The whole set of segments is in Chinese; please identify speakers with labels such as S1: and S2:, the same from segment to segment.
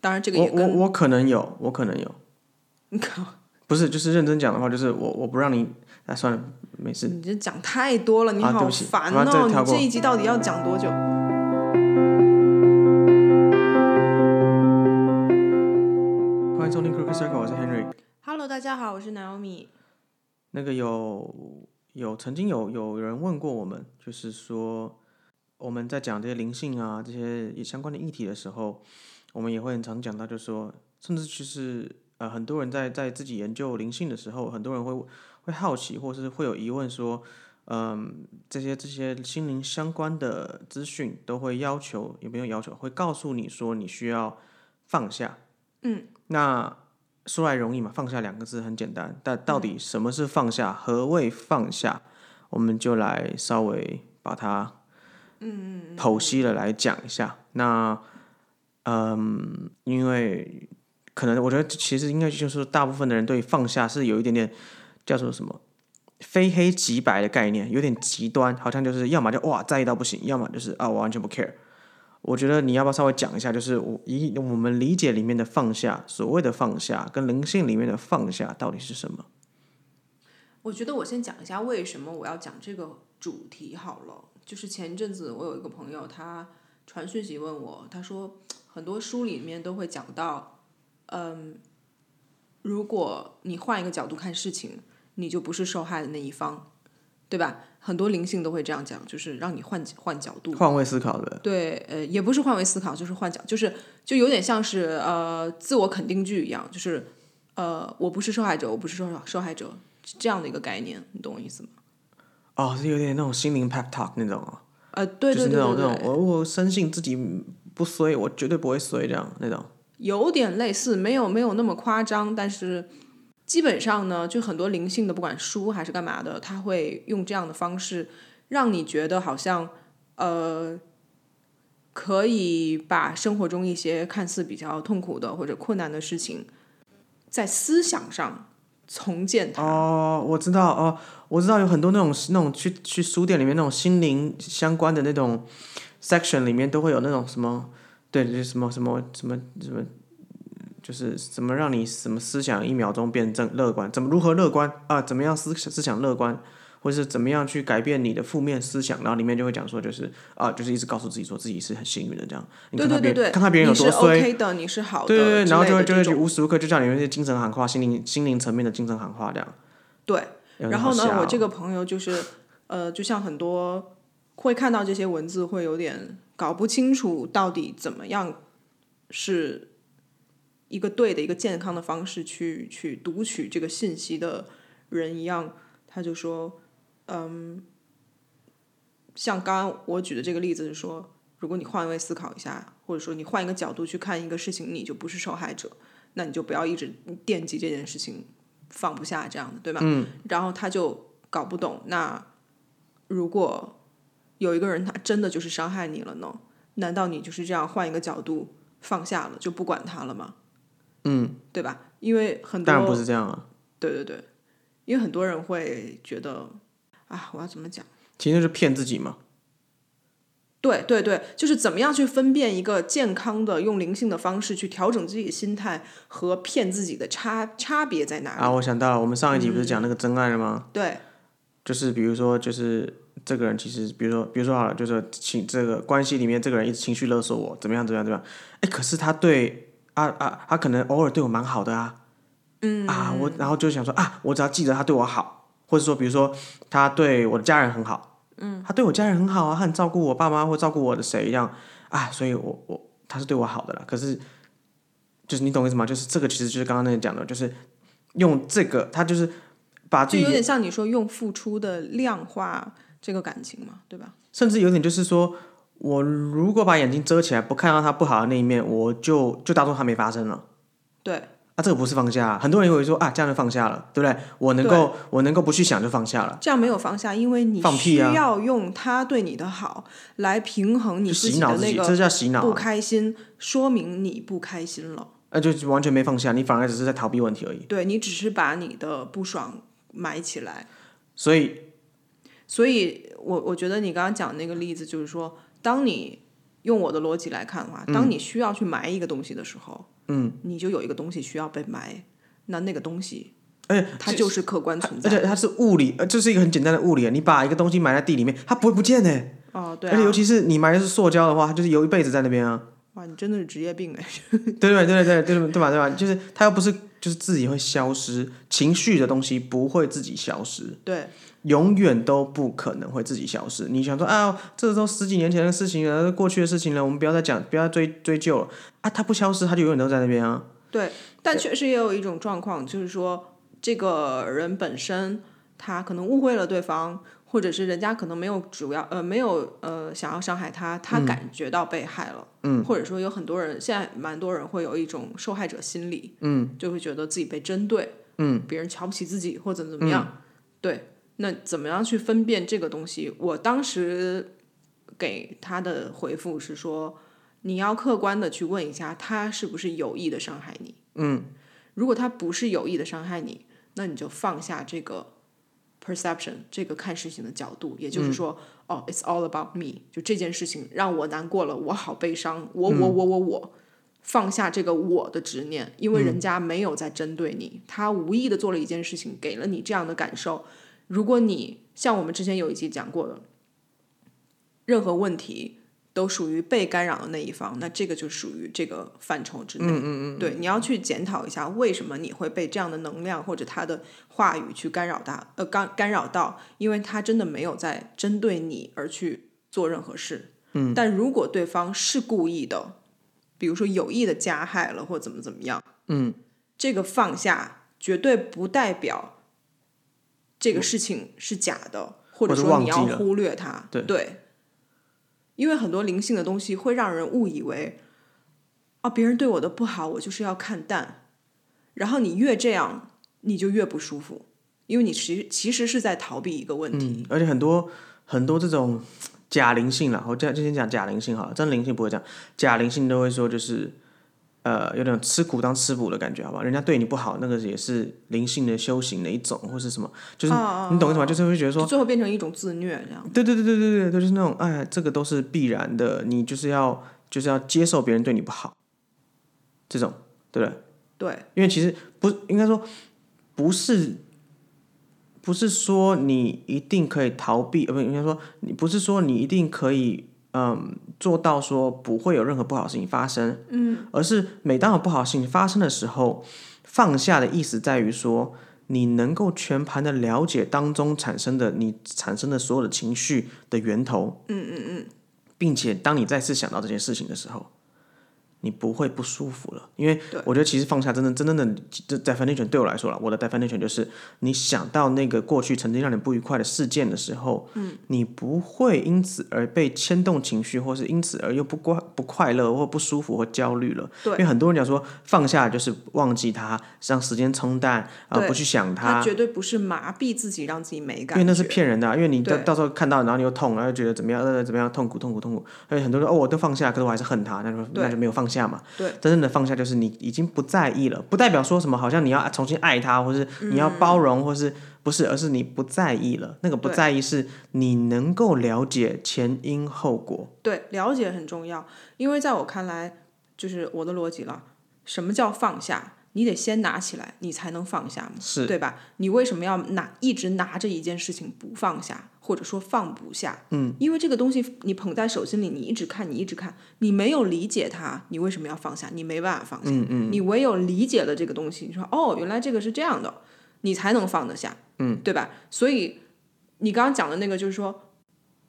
S1: 当然，这个
S2: 我
S1: 也
S2: 我
S1: 跟
S2: 我可能有，我可能有，
S1: 你靠，
S2: 不是，就是认真讲的话，就是我我不让你，哎、算了，没事。
S1: 你这讲太多了，你
S2: 啊对
S1: 好
S2: 不起
S1: 烦
S2: 好吧这
S1: 哦！
S2: 个跳
S1: 你
S2: 过
S1: 这一集到底要讲多久？
S2: 欢迎收听 Crooked Circle，我是 Henry。
S1: Hello，大家好，我是 Naomi。
S2: 那个有有曾经有有人问过我们，就是说我们在讲这些灵性啊这些相关的议题的时候，我们也会很常讲到，就是说，甚至就是呃，很多人在在自己研究灵性的时候，很多人会会好奇，或是会有疑问说。嗯，这些这些心灵相关的资讯都会要求，也没有要求，会告诉你说你需要放下。嗯，那说来容易嘛，放下两个字很简单，但到底什么是放下，何谓放下，我们就来稍微把它，嗯，剖析的来讲一下。那，嗯，因为可能我觉得其实应该就是大部分的人对放下是有一点点叫做什么。非黑即白的概念有点极端，好像就是要么就哇在意到不行，要么就是啊我完全不 care。我觉得你要不要稍微讲一下，就是我以我们理解里面的放下，所谓的放下跟灵性里面的放下到底是什么？
S1: 我觉得我先讲一下为什么我要讲这个主题好了。就是前一阵子我有一个朋友，他传讯息问我，他说很多书里面都会讲到，嗯，如果你换一个角度看事情，你就不是受害的那一方，对吧？很多灵性都会这样讲，就是让你换换角度，
S2: 换位思考的，
S1: 对，呃，也不是换位思考，就是换角，就是就有点像是呃自我肯定句一样，就是呃我不是受害者，我不是受受害者这样的一个概念，你懂我意思吗？
S2: 哦，是有点那种心灵 pep talk 那种啊，
S1: 呃，对对
S2: 就是
S1: 对
S2: 那种
S1: 对
S2: 那
S1: 对，
S2: 种我我深信自己不衰，我绝对不会衰这样那种。
S1: 有点类似，没有没有那么夸张，但是基本上呢，就很多灵性的，不管书还是干嘛的，他会用这样的方式让你觉得好像呃。可以把生活中一些看似比较痛苦的或者困难的事情，在思想上重建它。
S2: 哦，我知道哦，我知道有很多那种那种去去书店里面那种心灵相关的那种 section 里面都会有那种什么，对，就是什么什么什么什么，就是怎么让你什么思想一秒钟变正乐观，怎么如何乐观啊？怎么样思思想乐观，或是怎么样去改变你的负面思想？然后里面就会讲说，就是啊，就是一直告诉自己说自己是很幸运的这样。你
S1: 对对
S2: 看看别
S1: 对
S2: 人
S1: 对，
S2: 看看别人有多衰
S1: 你是 OK 的，你是好的，
S2: 对对对，然后就会就
S1: 之类的
S2: 会
S1: 这
S2: 去
S1: 种
S2: 无时无刻就叫你用一些精神喊话、心灵心灵层面的精神喊话这样。
S1: 对。
S2: 有点
S1: 然后
S2: 好哦
S1: 呢，
S2: 笑
S1: 我这个朋友就是，呃，就像很多会看到这些文字，会有点搞不清楚到底怎么样是一个对的一个健康的方式去去读取这个信息的人一样，他就说，嗯，像刚刚我举的这个例子是说，如果你换位思考一下，或者说你换一个角度去看一个事情，你就不是受害者，那你就不要一直惦记这件事情放不下这样的，对吧？嗯。然后他就搞不懂，那如果有一个人他真的就是伤害你了呢？难道你就是这样换一个角度放下了，就不管他了吗？嗯，对吧？因为很多
S2: 当然不是这样啊。
S1: 对对对，因为很多人会觉得啊，我要怎么讲？
S2: 其实就是骗自己嘛。
S1: 对对对，就是怎么样去分辨一个健康的用灵性的方式去调整自己的心态和骗自己的差差别在哪里？
S2: 啊，我想到了，我们上一集不是讲那个真爱了吗？
S1: 对
S2: 就是比如说，就是这个人其实，比如说，比如说好了，就是情这个关系里面，这个人一直情绪勒索我，怎么样，怎么样，怎么样？哎，可是他对啊啊，他可能偶尔对我蛮好的啊，嗯啊，我然后就想说啊，我只要记得他对我好，或者说，比如说他对我的家人很好，嗯，他对我家人很好啊，他很照顾我爸妈或照顾我的谁一样啊，所以我我他是对我好的啦。可是就是你懂我意思吗？就是这个其实就是刚刚那个讲的，就是用这个，他就是把自
S1: 就
S2: 己
S1: 有点像你说用付出的量化这个感情嘛，对吧？
S2: 甚至有点就是说，我如果把眼睛遮起来，不看到他不好的那一面，我就就当做他没发生了。
S1: 对
S2: 啊，这个不是放下、很多人也会说啊，这样就放下了，对不对？我能够，我能够不去想就放下了，
S1: 这样没有放下，因为你
S2: 啊放
S1: 需
S2: 屁啊
S1: 要用他对你的好来平衡你
S2: 就
S1: 自
S2: 洗
S1: 己
S2: 脑
S1: 的
S2: 自
S1: 那
S2: 己，这
S1: 个
S2: 叫洗脑、
S1: 不
S2: 啊，
S1: 开心，说明你不开心了。
S2: 那、就完全没放下，你反而只是在逃避问题而已。
S1: 对你只是把你的不爽埋起来，
S2: 所以
S1: 所以我我觉得你刚刚讲那个例子，就是说，当你用我的逻辑来看的话，
S2: 嗯
S1: 当你需要去埋一个东西的时候，嗯，你就有一个东西需要被埋，那那个东西
S2: 而且
S1: 它就是客观存在。
S2: 而且它是物理，呃，这是一个很简单的物理啊。你把一个东西埋在地里面，它不会不见呢、欸
S1: 哦，对
S2: 而且
S1: 啊
S2: 尤，其是你埋的是塑胶的话，它就是游一辈子在那边啊。
S1: 哇，你真的是职业病哎。
S2: 对对对对对对吧对吧？就是它又不是就是自己会消失，情绪的东西不会自己消失，
S1: 对，
S2: 永远都不可能会自己消失。你想说啊，这都十几年前的事情了，过去的事情了，我们不要再讲，不要再追追究了啊。它不消失，它就永远都在那边啊。
S1: 但确实也有一种状况，就是说这个人本身他可能误会了对方，或者是人家可能没有主要呃没有呃想要伤害他，他感觉到被害了，嗯，或者说有很多人现在蛮多人会有一种受害者心理，嗯，就会觉得自己被针对，嗯，别人瞧不起自己或怎么怎么样，对，那怎么样去分辨这个东西？我当时给他的回复是说。你要客观的去问一下，他是不是有意的伤害你？如果他不是有意的伤害你，那你就放下这个 perception 这个看事情的角度，也就是说，哦，it's all about me，就这件事情让我难过了，我好悲伤，我我我我我，放下这个我的执念，因为人家没有在针对你，他无意的做了一件事情，给了你这样的感受。如果你像我们之前有一集讲过的，任何问题都属于被干扰的那一方，那这个就属于这个范畴之内。对，你要去检讨一下，为什么你会被这样的能量或者他的话语去干扰他，呃，干干扰到，因为他真的没有在针对你而去做任何事。嗯，但如果对方是故意的，比如说有意的加害了或怎么怎么样，嗯，这个放下绝对不代表这个事情是假的，或者
S2: 或者
S1: 说
S2: 忘
S1: 你
S2: 记
S1: 要
S2: 了
S1: 忽略它。
S2: 对
S1: 因为很多灵性的东西会让人误以为，啊，别人对我的不好，我就是要看淡。然后你越这样，你就越不舒服，因为你其实其实是在逃避一个问题。
S2: 嗯，而且很多很多这种假灵性啦，我这就先讲假灵性好了，真灵性不会讲，假灵性都会说就是，呃，有点吃苦当吃补的感觉，好吧？人家对你不好，那个也是灵性的修行的一种，或是什么，就是、你懂意思吗？就是会觉得
S1: 就
S2: 说，
S1: 最后变成一种自虐这样。
S2: 对对对对对对，就是那种，哎，这个都是必然的，你就是要就是要接受别人对你不好，这种，对不对？
S1: 对
S2: 因为其实不应该说不是不是说你一定可以逃避，呃，不应该说你不是说你一定可以嗯做到说不会有任何不好的事情发生，嗯，而是每当有不好的事情发生的时候，放下的意思在于说。你能够全盘的了解当中产生的你产生的所有的情绪的源头，嗯嗯嗯，并且当你再次想到这件事情的时候，你不会不舒服了，因为我觉得其实放下真的真正的这 definition 对我来说了，我的 definition 就是你想到那个过去曾经让你不愉快的事件的时候，嗯，你不会因此而被牵动情绪，或是因此而又不快不快乐或不舒服或焦虑了。
S1: 对
S2: 因为很多人讲说放下就是忘记它，让时间冲淡啊，
S1: 对
S2: 不去想
S1: 他绝对不是麻痹自己，让自己没
S2: 因
S1: 感觉。
S2: 为那是骗人的啊、因为你到
S1: 对
S2: 到时候看到，然后你又痛，然后又觉得怎么样，呃，怎么样，痛苦，痛苦，痛苦。而且很多人哦，我都放下，可是我还是恨他，那就
S1: 对
S2: 那就没有放下嘛。
S1: 对，
S2: 真正的放下就是你已经不在意了，不代表说什么好像你要重新爱他，或是你要包容，或是不是，而是你不在意了。那个不
S1: 对
S2: 在意是你能够了解前因后果。
S1: 对，了解很重要，因为在我看来，就是我的逻辑了。什么叫放下？你得先拿起来，你才能放下嘛，
S2: 是
S1: 对吧？你为什么要拿一直拿着一件事情不放下，或者说放不下？嗯，因为这个东西你捧在手心里，你一直看，你一直看，你没有理解它，你为什么要放下？你没办法放下。嗯嗯，你唯有理解了这个东西，你说哦，原来这个是这样的，你才能放得下。嗯，对吧？所以你刚刚讲的那个就是说，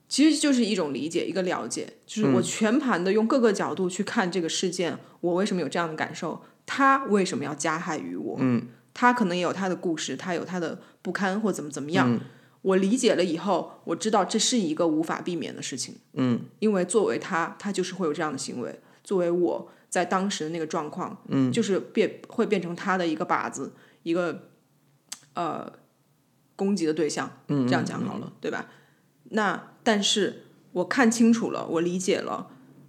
S1: 其实就是一种理解，一个了解，就是我全盘的用各个角度去看这个事件，我为什么有这样的感受，他为什么要加害于我？嗯，他可能也有他的故事，他有他的不堪或怎么怎么样。我理解了以后，我知道这是一个无法避免的事情。嗯，因为作为他，他就是会有这样的行为；作为我，在当时的那个状况，嗯，就是变会变成他的一个靶子，一个呃攻击的对象。嗯，这样讲好了，对吧？那但是我看清楚了，我理解了，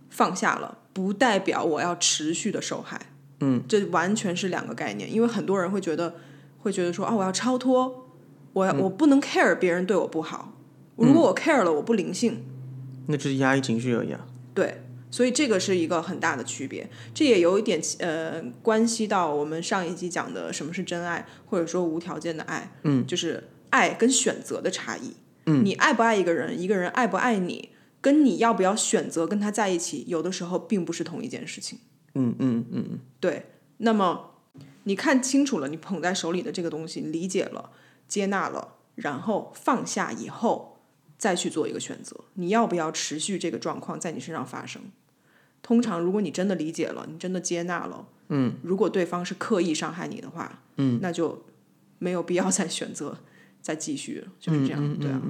S1: 放下了，不代表我要持续的受害。嗯，这完全是两个概念，因为很多人会觉得，会觉得说啊，我要超脱，我要、我不能 care 别人对我不好，如果我 care 了，我不灵性。
S2: 那就是压抑情绪而已啊。
S1: 对，所以这个是一个很大的区别，这也有一点呃关系到我们上一集讲的什么是真爱，或者说无条件的爱，嗯，就是爱跟选择的差异。嗯，你爱不爱一个人，一个人爱不爱你，跟你要不要选择跟他在一起，有的时候并不是同一件事情。
S2: 嗯嗯嗯嗯，
S1: 对，那么你看清楚了，你捧在手里的这个东西，理解了，接纳了，然后放下以后，再去做一个选择，你要不要持续这个状况在你身上发生？通常，如果你真的理解了，你真的接纳了，嗯，如果对方是刻意伤害你的话，嗯，那就没有必要再选择再继续了，就是这样，对啊，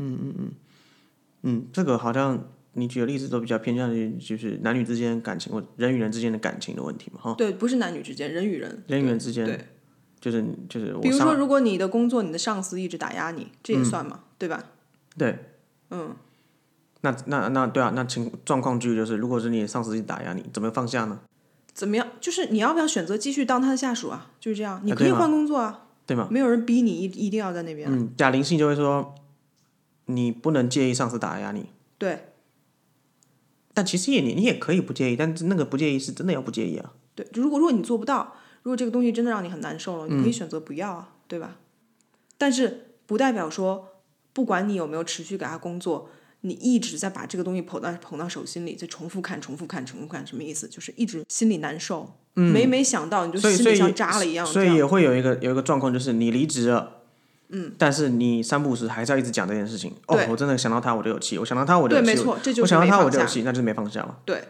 S2: 嗯，这个好像你举的例子都比较偏向于就是男女之间感情或人与人之间的感情的问题嘛，哈，
S1: 对，不是男女之间，人与人，
S2: 嗯人与人
S1: 对
S2: 之间，就是就是我
S1: 比如
S2: 上嗯
S1: 说，如果你的工作，你的上司一直打压你，这也算嘛，对吧？
S2: 对，嗯，那那那对啊，那情状况剧就是，如果是你的上司一直打压你，怎么放下呢？
S1: 怎么样？就是你要不要选择继续当他的下属啊？就是这样，你
S2: 啊
S1: 可以
S2: 对啊
S1: 换工作啊，
S2: 对吗？
S1: 没有人逼你一一定要在那边啊。
S2: 嗯，贾玲信就会说，你不能介意上司打压你，
S1: 对
S2: 但其实也你你也可以不介意，但是那个不介意是真的要不介意啊。
S1: 对，如果如果你做不到，如果这个东西真的让你很难受了，你可
S2: 嗯
S1: 以选择不要啊，对吧？但是不代表说，不管你有没有持续给他工作，你一直在把这个东西捧到捧到手心里，就重复看、重复看、重复看，什么意思？就是一直心里难受，每每想到你就
S2: 嗯所以
S1: 心
S2: 所
S1: 里
S2: 以
S1: 像
S2: 也
S1: 扎了一样，
S2: 所
S1: 这
S2: 以
S1: 样
S2: 也会有一个有一个状况，就是你离职了，嗯，但是你三不五时还是要一直讲这件事情。哦
S1: 对，
S2: 我真的想到他我就有气，我想到他我就
S1: 对，
S2: 有气，
S1: 没错，这就
S2: 我
S1: 是
S2: 想到
S1: 没
S2: 他我
S1: 放
S2: 就
S1: 下
S2: 有。气，那就是没放下嘛。
S1: 对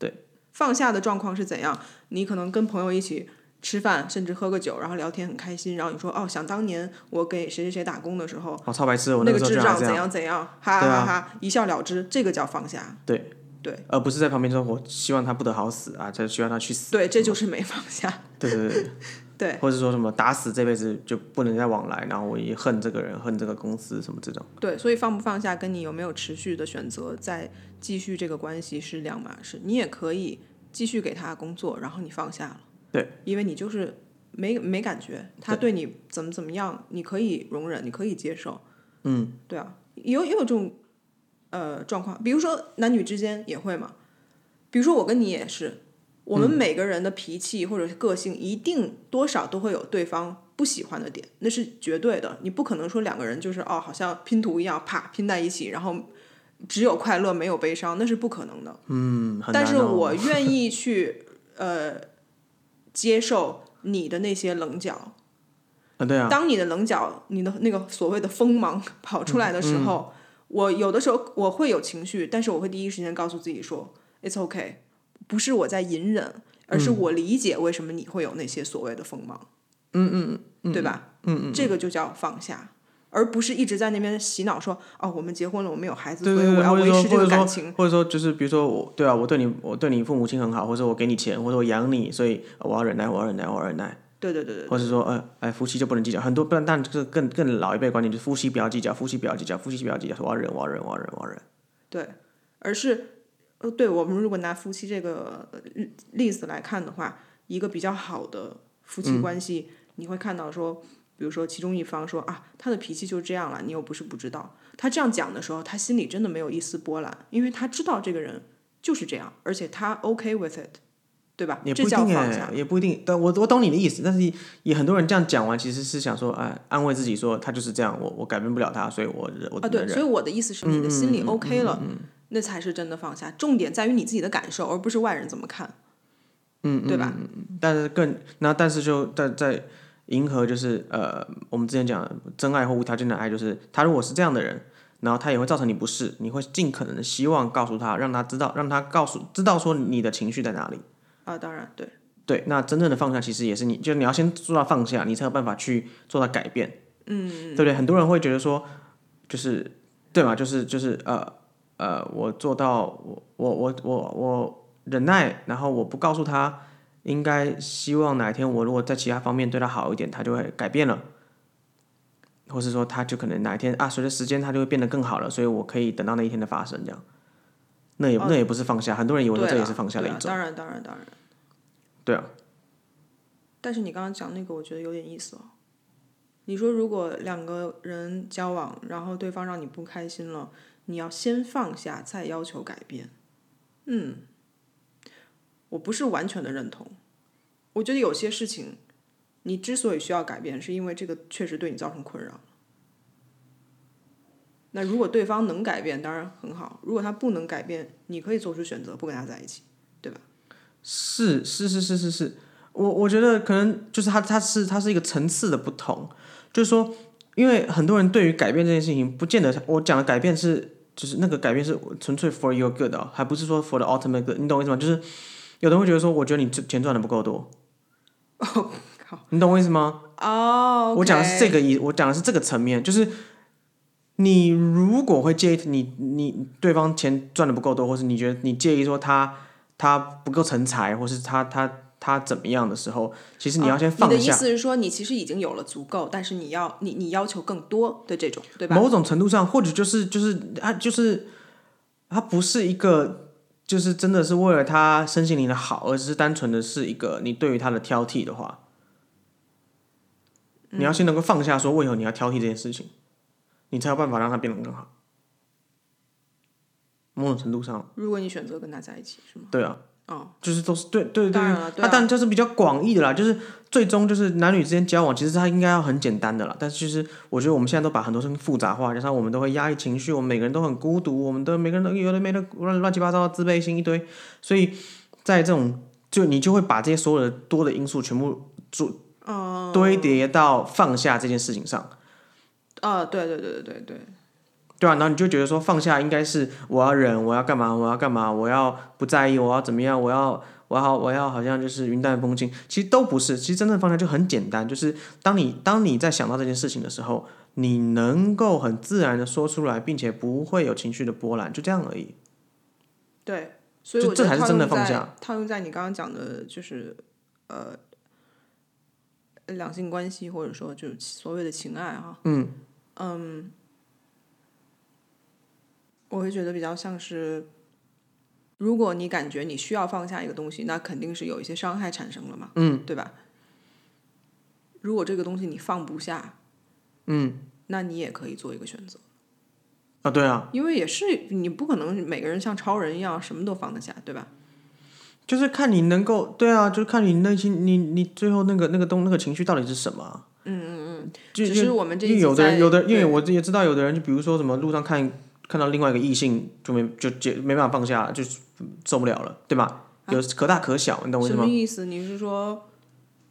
S2: 对，
S1: 放下的状况是怎样？你可能跟朋友一起吃饭，甚至喝个酒，然后聊天很开心，然后你说哦，想当年我给谁谁谁打工的时候，
S2: 哦，超白痴，我
S1: 那
S2: 个时候
S1: 智
S2: 居然
S1: 障
S2: 还这
S1: 怎
S2: 样，
S1: 样怎样，哈
S2: 对
S1: 哈
S2: 啊
S1: 哈哈，一笑了之，这个叫放下。
S2: 对
S1: 对
S2: 而呃不是在旁边说我希望他不得好死啊，这希望他去死。
S1: 对，这就是没放下。
S2: 对对对，
S1: 对
S2: 或者说什么打死这辈子就不能再往来，然后我也恨这个人，恨这个公司什么这种。
S1: 对，所以放不放下跟你有没有持续的选择再继续这个关系是两码事。你也可以继续给他工作，然后你放下了。
S2: 对，
S1: 因为你就是没没感觉，他对你怎么怎么样，你可以容忍，你可以接受。嗯，对啊，有也有这种呃状况，比如说男女之间也会嘛，比如说我跟你也是，我
S2: 嗯
S1: 们每个人的脾气或者是个性，一定多少都会有对方不喜欢的点，那是绝对的。你不可能说两个人就是哦，好像拼图一样，啪拼在一起，然后只有快乐没有悲伤，那是不可能的。
S2: 嗯，很难、
S1: 但
S2: 哦、
S1: 是我愿意去呃接受你的那些棱角。
S2: 啊，对啊，
S1: 当你的棱角，你的那个所谓的锋芒跑出来的
S2: 嗯
S1: 时候，我有的时候我会有情绪，但是我会第一时间告诉自己说，it's okay，不是我在隐忍，而
S2: 嗯
S1: 是我理解为什么你会有那些所谓的锋芒。嗯嗯，对吧？嗯嗯，这个就叫放下。而不是一直在那边洗脑说哦，我们结婚了，我们有孩子，
S2: 对对
S1: 所以
S2: 对，
S1: 我要
S2: 或者
S1: 维
S2: 说
S1: 持这
S2: 或
S1: 个感
S2: 者
S1: 情
S2: 说。或者说就是比如说我对啊，我对你我对你父母亲很好，或者说我给你钱，或者我养你，所以呃我要忍耐，我要忍耐，我要忍耐，
S1: 对对对对
S2: 或者说呃哎夫妻就不能计较，很多不然但这个更更老一辈观念就是夫妻不要计较，夫妻不要计较，夫妻不要计较，我要忍，我要忍，我要忍，我要忍。
S1: 对，而是，呃，对我们如果拿夫妻这个呃例子来看的话，一个比较好的夫妻关系，你会看到说，比如说其中一方说啊，他的脾气就这样了，你又不是不知道。他这样讲的时候，他心里真的没有一丝波澜，因为他知道这个人就是这样，而且他 OK with it，对吧？
S2: 也不
S1: 这
S2: 一
S1: 叫
S2: 定
S1: 放
S2: 哎
S1: 下，。
S2: 也不一定。但我我懂你的意思，但是也很多人这样讲完，其实是想说，哎，安慰自己说他就是这样，我我改变不了他，所以我忍我
S1: 啊，
S2: 只
S1: 对，
S2: 能忍
S1: 所以我的意思是，你的心里 OK 了，那才是真的放下。重点在于你自己的感受，而不是外人怎么看。嗯，对吧？
S2: 但是更那但是就在在迎合就是呃，我们之前讲的真爱或无条件的爱，就是他如果是这样的人，然后他也会造成你不适，你会尽可能的希望告诉他，让他知道，让他告诉知道说你的情绪在哪里。
S1: 啊，当然，对，
S2: 对，那真正的放下其实也是你，就是你要先做到放下，你才有办法去做到改变，嗯，对不对？很多人会觉得说，就是对嘛，就是就是呃呃，我做到我我我我我忍耐，然后我不告诉他，应该希望哪一天我如果在其他方面对他好一点，他就会改变了，或是说他就可能哪一天啊，随着时间他就会变得更好了，所以我可以等到那一天的发生，这样，那也、那也不是放下，很多人以为说
S1: 哦对
S2: 这也
S1: 啦
S2: 是放下的
S1: 对
S2: 一
S1: 啦
S2: 种，
S1: 当然，当然，当然。
S2: 对啊，
S1: 但是你刚刚讲那个，我觉得有点意思哦。你说如果两个人交往，然后对方让你不开心了，你要先放下，再要求改变。嗯，我不是完全的认同。我觉得有些事情，你之所以需要改变，是因为这个确实对你造成困扰。那如果对方能改变，当然很好；如果他不能改变，你可以做出选择，不跟他在一起。
S2: 是是是是是是，我我觉得可能就是它它是它是一个层次的不同，就是说，因为很多人对于改变这件事情，不见得我讲的改变是就是那个改变是纯粹 for your good 啊，还不是说 for the ultimate good，你懂我意思吗？就是有的人会觉得说，我觉得你钱赚的不够多，你懂我意思吗？
S1: 哦
S2: 我讲的是这个意，我讲的是这个层面，就是你如果会介意你你对方钱赚的不够多，或是你觉得你介意说他他不够成才，或是他他他怎么样的时候，其实你要先放
S1: 哦你的意
S2: 下。
S1: 思是说，你其实已经有了足够，但是你要你你要求更多的这种，对吧？
S2: 某种程度上，或许就是就是他就是他不是一个，就是真的是为了他身心灵的好，而只是单纯的是一个你对于他的挑剔的话，
S1: 嗯
S2: 你要先能够放下，说为何你要挑剔这件事情，你才有办法让他变得更好。某种程度上，
S1: 如果你选择跟他在一起，是吗？
S2: 对啊，
S1: 哦，
S2: 就是都是对对对
S1: 当，然了，对
S2: 啊，
S1: 啊，
S2: 但就是比较广义的啦，就是最终就是男女之间交往，其实它应该要很简单的啦。但是就是我觉得我们现在都把很多事情复杂化，加上我们都会压抑情绪，我们每个人都很孤独，我们都每个人都有的没的乱乱七八糟的自卑心一堆，所以在这种就你就会把这些所有的多的因素全部
S1: 哦，
S2: 堆叠到放下这件事情上，
S1: 啊，对对对对对对，
S2: 对啊，然后你就觉得说放下应该是我要忍，我要干嘛，我要干嘛，我要不在意，我要怎么样，我要我要我要好像就是云淡风轻，其实都不是，其实真正放下就很简单，就是当你当你在想到这件事情的时候，你能够很自然的说出来，并且不会有情绪的波澜，就这样而已。
S1: 对，所以
S2: 就
S1: 我觉得
S2: 这才是
S1: 套
S2: 真的
S1: 用
S2: 放
S1: 在
S2: 下。
S1: 套用在你刚刚讲的，就是呃，两性关系或者说就是所谓的情爱哈，嗯我会觉得比较像是，如果你感觉你需要放下一个东西，那肯定是有一些伤害产生了嘛，嗯，对吧？如果这个东西你放不下，嗯，那你也可以做一个选择。
S2: 啊，对啊，
S1: 因为也是你不可能每个人像超人一样什么都放得下，对吧？
S2: 就是看你能够，对啊，就是看你内心，你你最后那个那个东那个情绪到底是什么啊。嗯嗯嗯，就
S1: 只是我们这
S2: 因
S1: 一
S2: 为
S1: 集
S2: 有的人，
S1: 在
S2: 有的，因为
S1: 对
S2: 我也知道，有的人就比如说什么路上看看到另外一个异性，就没就就没办法放下了，就是受不了了，对吧？有可大可小，你懂我意
S1: 什
S2: 思
S1: 么
S2: 吗？
S1: 意思？你啊是说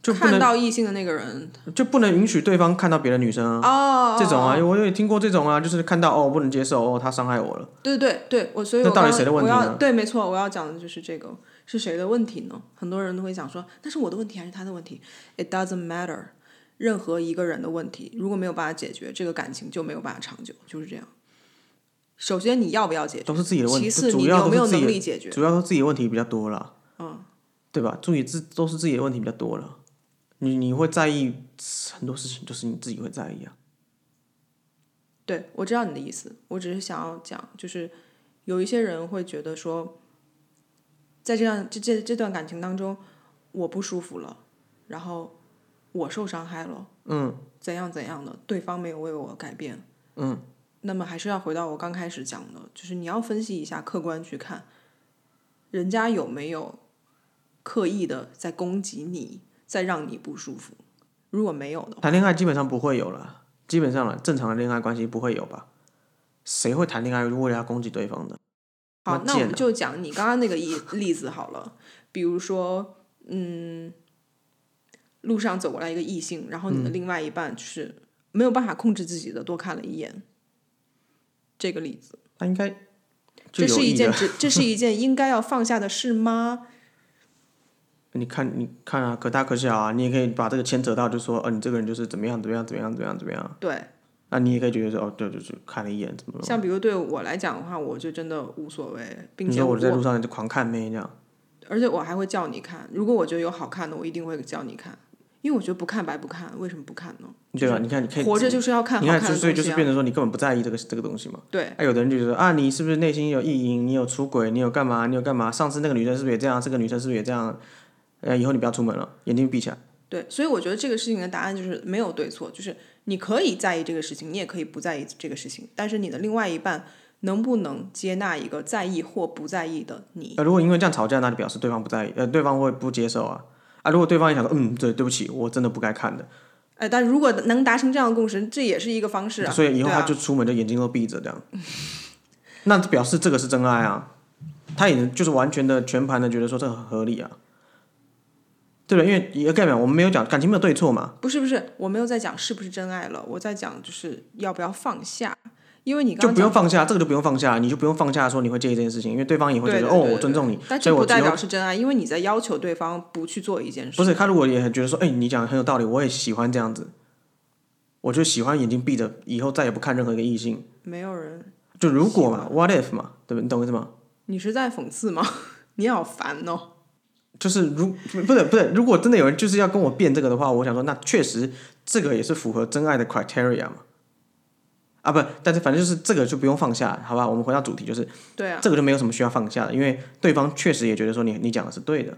S2: 就不
S1: 看
S2: 能
S1: 到异性的那个人
S2: 就不能允许对方看到别的女生啊，
S1: 哦，
S2: 这种啊，我也听过这种啊，就是看到哦，不能接受哦，他伤害我了，
S1: 对对对，我所以
S2: 那
S1: 我
S2: 到底
S1: 刚刚
S2: 谁的问题
S1: 我
S2: 呢
S1: 要对，没错，我要讲的就是这个是谁的问题呢？很多人都会想说，那是我的问题还是他的问题？It doesn't matter，任何一个人的问题，如果没有办法解决，这个感情就没有办法长久，就是这样。首先你要不要解决？
S2: 都是自己的问
S1: 其
S2: 题，
S1: 次
S2: 主
S1: 你
S2: 要
S1: 有
S2: 都
S1: 没有
S2: 是自己
S1: 能
S2: 的
S1: 力解决？
S2: 主要都自己的问题比较多了，嗯，对吧？注意自都是自己的问题比较多了，你你会在意很多事情，就是你自己会在意啊。
S1: 对，我知道你的意思，我只是想要讲，就是有一些人会觉得说，在这样这这这段感情当中，我不舒服了，然后我受伤害了，嗯，怎样怎样的，对方没有为我改变，嗯，那么还是要回到我刚开始讲的，就是你要分析一下，客观去看，人家有没有刻意的在攻击你，在让你不舒服，如果没有的话，
S2: 谈恋爱基本上不会有了，基本上了，正常的恋爱关系不会有吧？谁会谈恋爱为了要攻击对方的？
S1: 好，
S2: 那
S1: 那我
S2: 见
S1: 们
S2: 了
S1: 就讲你刚刚那个例例子好了，比如说，嗯，路上走过来一个异性，然后
S2: 嗯
S1: 你的另外一半就是没有办法控制自己的多看了一眼，这个例子，
S2: 他应该
S1: 这
S2: 就有
S1: 是一
S2: 意
S1: 件
S2: 的。
S1: 只这是 一件应该要放下的事吗？
S2: 你看，你看啊，可大可小啊，你也可以把这个牵扯到，就说，呃，你这个人就是怎么样，怎么样，怎么样，怎么样，怎么样。
S1: 对，
S2: 那你也可以觉得说，哦，对，就是看了一眼，怎么了？
S1: 像比如对我来讲的话，我就真的无所谓，并
S2: 你
S1: 且
S2: 说我在路上就狂看妹这样，
S1: 而且我还会叫你看，如果我觉得有好看的，我一定会叫你看，因为我觉得不看白不看，为什么不看呢？
S2: 对吧？你看，你可以
S1: 活着就是要看好
S2: 你看，
S1: 看的东西、啊，
S2: 就所以就是变成说，你根本不在意这个这个东西嘛。
S1: 对。
S2: 啊，有的人就觉得啊，你是不是内心有意淫？你有出轨？你有干嘛？你有干嘛？上次那个女生是不是也这样？这个女生是不是也这样？呃，以后你不要出门了，眼睛闭起来。
S1: 对，所以我觉得这个事情的答案就是没有对错，就是你可以在意这个事情，你也可以不在意这个事情，但是你的另外一半能不能接纳一个在意或不在意的你？
S2: 呃，如果因为这样吵架，那就表示对方不在意，呃，对方会不接受啊啊！如果对方也想说，嗯，对，对不起，我真的不该看的，
S1: 哎，但如果能达成这样的共识，这也是一个方式啊。
S2: 所以以后
S1: 对啊
S2: 他就出门就眼睛都闭着这样，那表示这个是真爱啊，他也就是完全的全盘的觉得说这很合理啊，对不对？因为也代表我们没有讲感情没有对错嘛，
S1: 不是不是，我没有在讲是不是真爱了，我在讲就是要不要放下，因为你
S2: 就
S1: 刚刚
S2: 不用
S1: 讲
S2: 放下，这个就不用放下，你就不用放下说你会介意这件事情，因为对方也会觉得
S1: 对对对
S2: 哦，
S1: 对
S2: 我尊重你，
S1: 但
S2: 所
S1: 这
S2: 以我
S1: 不
S2: 只
S1: 代
S2: 有
S1: 表是真爱，因为你在要求对方不去做一件事。
S2: 不是他如果也很觉得说，哎、你讲的很有道理，我也喜欢这样子，我就喜欢眼睛闭着，以后再也不看任何一个异性。
S1: 没有人，
S2: 就如果嘛，what if 嘛，对不对？你懂我意思吗？
S1: 你是在讽刺吗？ 你好烦哦！
S2: 就是如不不对不对，如果真的有人就是要跟我辩这个的话，我想说，那确实这个也是符合真爱的 criteria 嘛。啊不，但是反正就是这个就不用放下，好吧？我们回到主题，就是
S1: 对啊，
S2: 这个就没有什么需要放下的，因为对方确实也觉得说你你讲的是对的，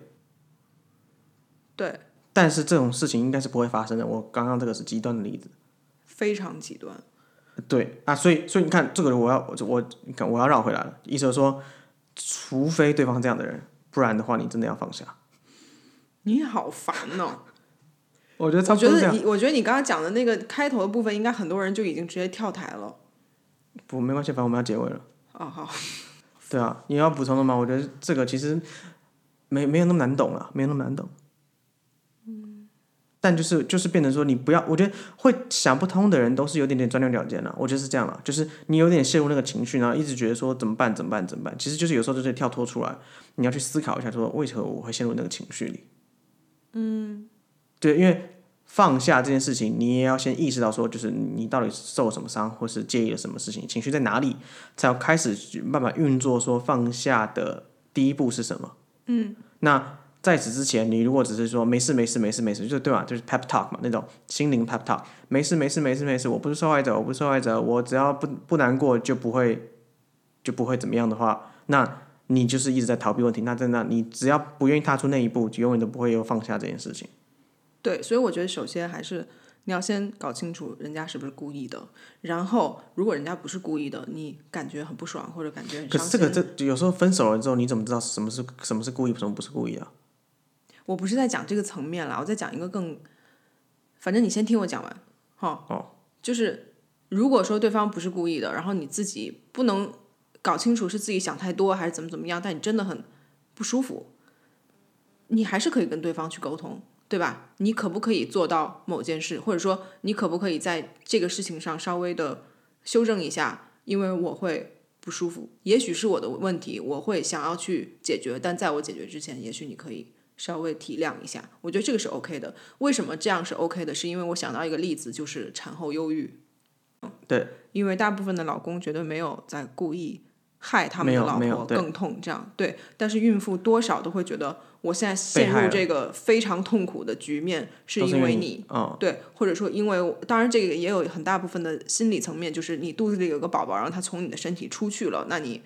S1: 对，
S2: 但是这种事情应该是不会发生的。我刚刚这个是极端的例子。
S1: 非常极端。
S2: 对啊，所以所以你看，这个我要我我你看我要绕回来了，意思就是说，除非对方这样的人，不然的话你真的要放下。
S1: 你好烦 哦！
S2: 我觉得差
S1: 我
S2: 不多
S1: 觉
S2: 是这
S1: 得
S2: 样，
S1: 你，我觉得你刚刚讲的那个开头的部分，应该很多人就已经直接跳台了。
S2: 不没关系，反正我们要结尾了。
S1: 哦，好，
S2: 对啊，你要补充的吗？我觉得这个其实没没有那么难懂啊，没有那么难懂。但就是就是变成说，你不要，我觉得会想不通的人都是有点点钻牛角尖了、我觉得是这样了、就是你有点陷入那个情绪，然后一直觉得说怎么办怎么办怎么办，其实就是有时候就是跳脱出来，你要去思考一下，说为何我会陷入那个情绪里。嗯，对，因为放下这件事情，你也要先意识到说，就是你到底受了什么伤，或是介意了什么事情，情绪在哪里，才要开始去慢慢运作，说放下的第一步是什么？嗯，那在此之前，你如果只是说没事没事没事没事，就对吧？就是 pep talk 嘛，那种心灵 pep talk，没事没事没事没事，我不是受害者，我不是受害者，我只要不不难过就不会就不会怎么样的话，那你就是一直在逃避问题。那在那，你只要不愿意踏出那一步，就永远都不会有放下这件事情。
S1: 对，所以我觉得首先还是你要先搞清楚人家是不是故意的，然后如果人家不是故意的，你感觉很不爽或者感觉很
S2: 可
S1: 伤
S2: 是
S1: 心，
S2: 这个这有时候分手了之后，你怎么知道什么是什么是故意，什么不是故意啊？
S1: 我不是在讲这个层面啦，我在讲一个更，反正你先听我讲完，好，
S2: 哦，
S1: 就是如果说对方不是故意的，然后你自己不能搞清楚是自己想太多还是怎么怎么样，但你真的很不舒服，你还是可以跟对方去沟通，对吧？你可不可以做到某件事，或者说你可不可以在这个事情上稍微的修正一下，因为我会。不舒服，也许是我的问题，我会想要去解决，但在我解决之前，也许你可以稍微体谅一下，我觉得这个是 OK 的。为什么这样是 OK 的？是因为我想到一个例子，就是产后忧郁。
S2: 对，
S1: 因为大部分的老公绝对没有在故意害他们的
S2: 没有
S1: 老
S2: 没有
S1: 婆
S2: 对
S1: 更痛，这样对。但是孕妇多少都会觉得，我现在陷
S2: 害
S1: 入
S2: 了
S1: 这个非常痛苦的局面，是
S2: 都是因
S1: 为
S2: 为
S1: 你。
S2: 嗯，
S1: 对，或者说因为我当然这个也有很大部分的心理层面，就是你肚子里有个宝宝，然后他从你的身体出去了，那你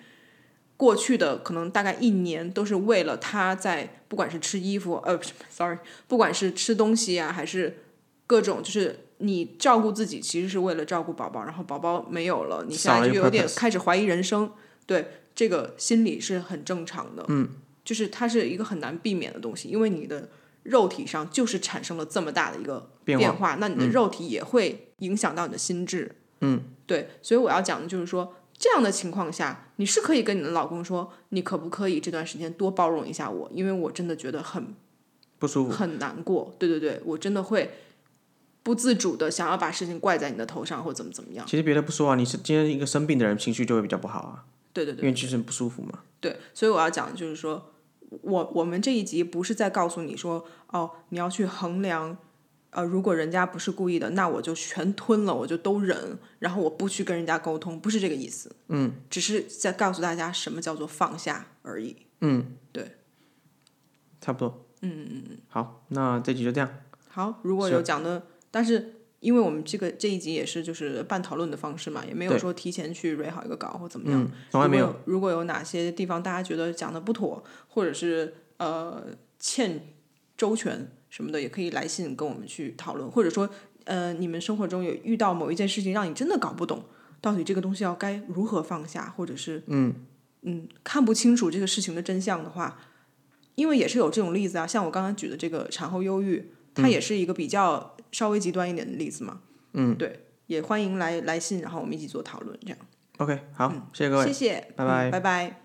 S1: 过去的可能大概一年都是为了他在不管是吃衣服，呃不是，sorry，不管是吃东西啊，还是各种就是。你照顾自己其实是为了照顾宝宝，然后宝宝没有了，你现在
S2: 少了
S1: 就
S2: 一个
S1: 有点
S2: purpose
S1: 开始怀疑人生，对这个心理是很正常的，嗯，就是它是一个很难避免的东西，因为你的肉体上就是产生了这么大的一个
S2: 变化
S1: 变化，那你的肉体也会影响到你的心智。嗯，对，所以我要讲的就是说，这样的情况下，你是可以跟你的老公说，你可不可以这段时间多包容一下我，因为我真的觉得很
S2: 不舒服。
S1: 很难过。对对对，我真的会不自主的想要把事情怪在你的头上，或怎么怎么样。
S2: 其实别的不说啊，你是今天一个生病的人，情绪就会比较不好啊，
S1: 对对
S2: 因
S1: 对
S2: 为就是不舒服嘛。
S1: 对，所以我要讲的就是说，我我们这一集不是在告诉你说，哦，你要去衡量，呃，如果人家不是故意的，那我就全吞了，我就都忍，然后我不去跟人家沟通，不是这个意思。嗯，只是在告诉大家什么叫做放下而已。
S2: 差不多。嗯嗯嗯。好，那这集就这样。
S1: 好，如果有讲的，但是因为我们这个这一集也是就是半讨论的方式嘛，也没有
S2: 对
S1: 说提前去 r 好一个稿或怎么样。
S2: 嗯，从来没有。
S1: 如果有。如果有哪些地方大家觉得讲的不妥，或者是呃欠周全什么的，也可以来信跟我们去讨论，或者说呃你们生活中有遇到某一件事情让你真的搞不懂，到底这个东西要该如何放下，或者是嗯嗯看不清楚这个事情的真相的话，因为也是有这种例子啊，像我刚刚举的这个产后忧郁，它
S2: 嗯
S1: 也是一个比较稍微极端一点的例子嘛。嗯，对，也欢迎来来信，然后我们一起做讨论，这样。
S2: 嗯 OK，好，谢谢各位，
S1: 谢谢，
S2: 拜
S1: 嗯
S2: 拜
S1: 拜拜。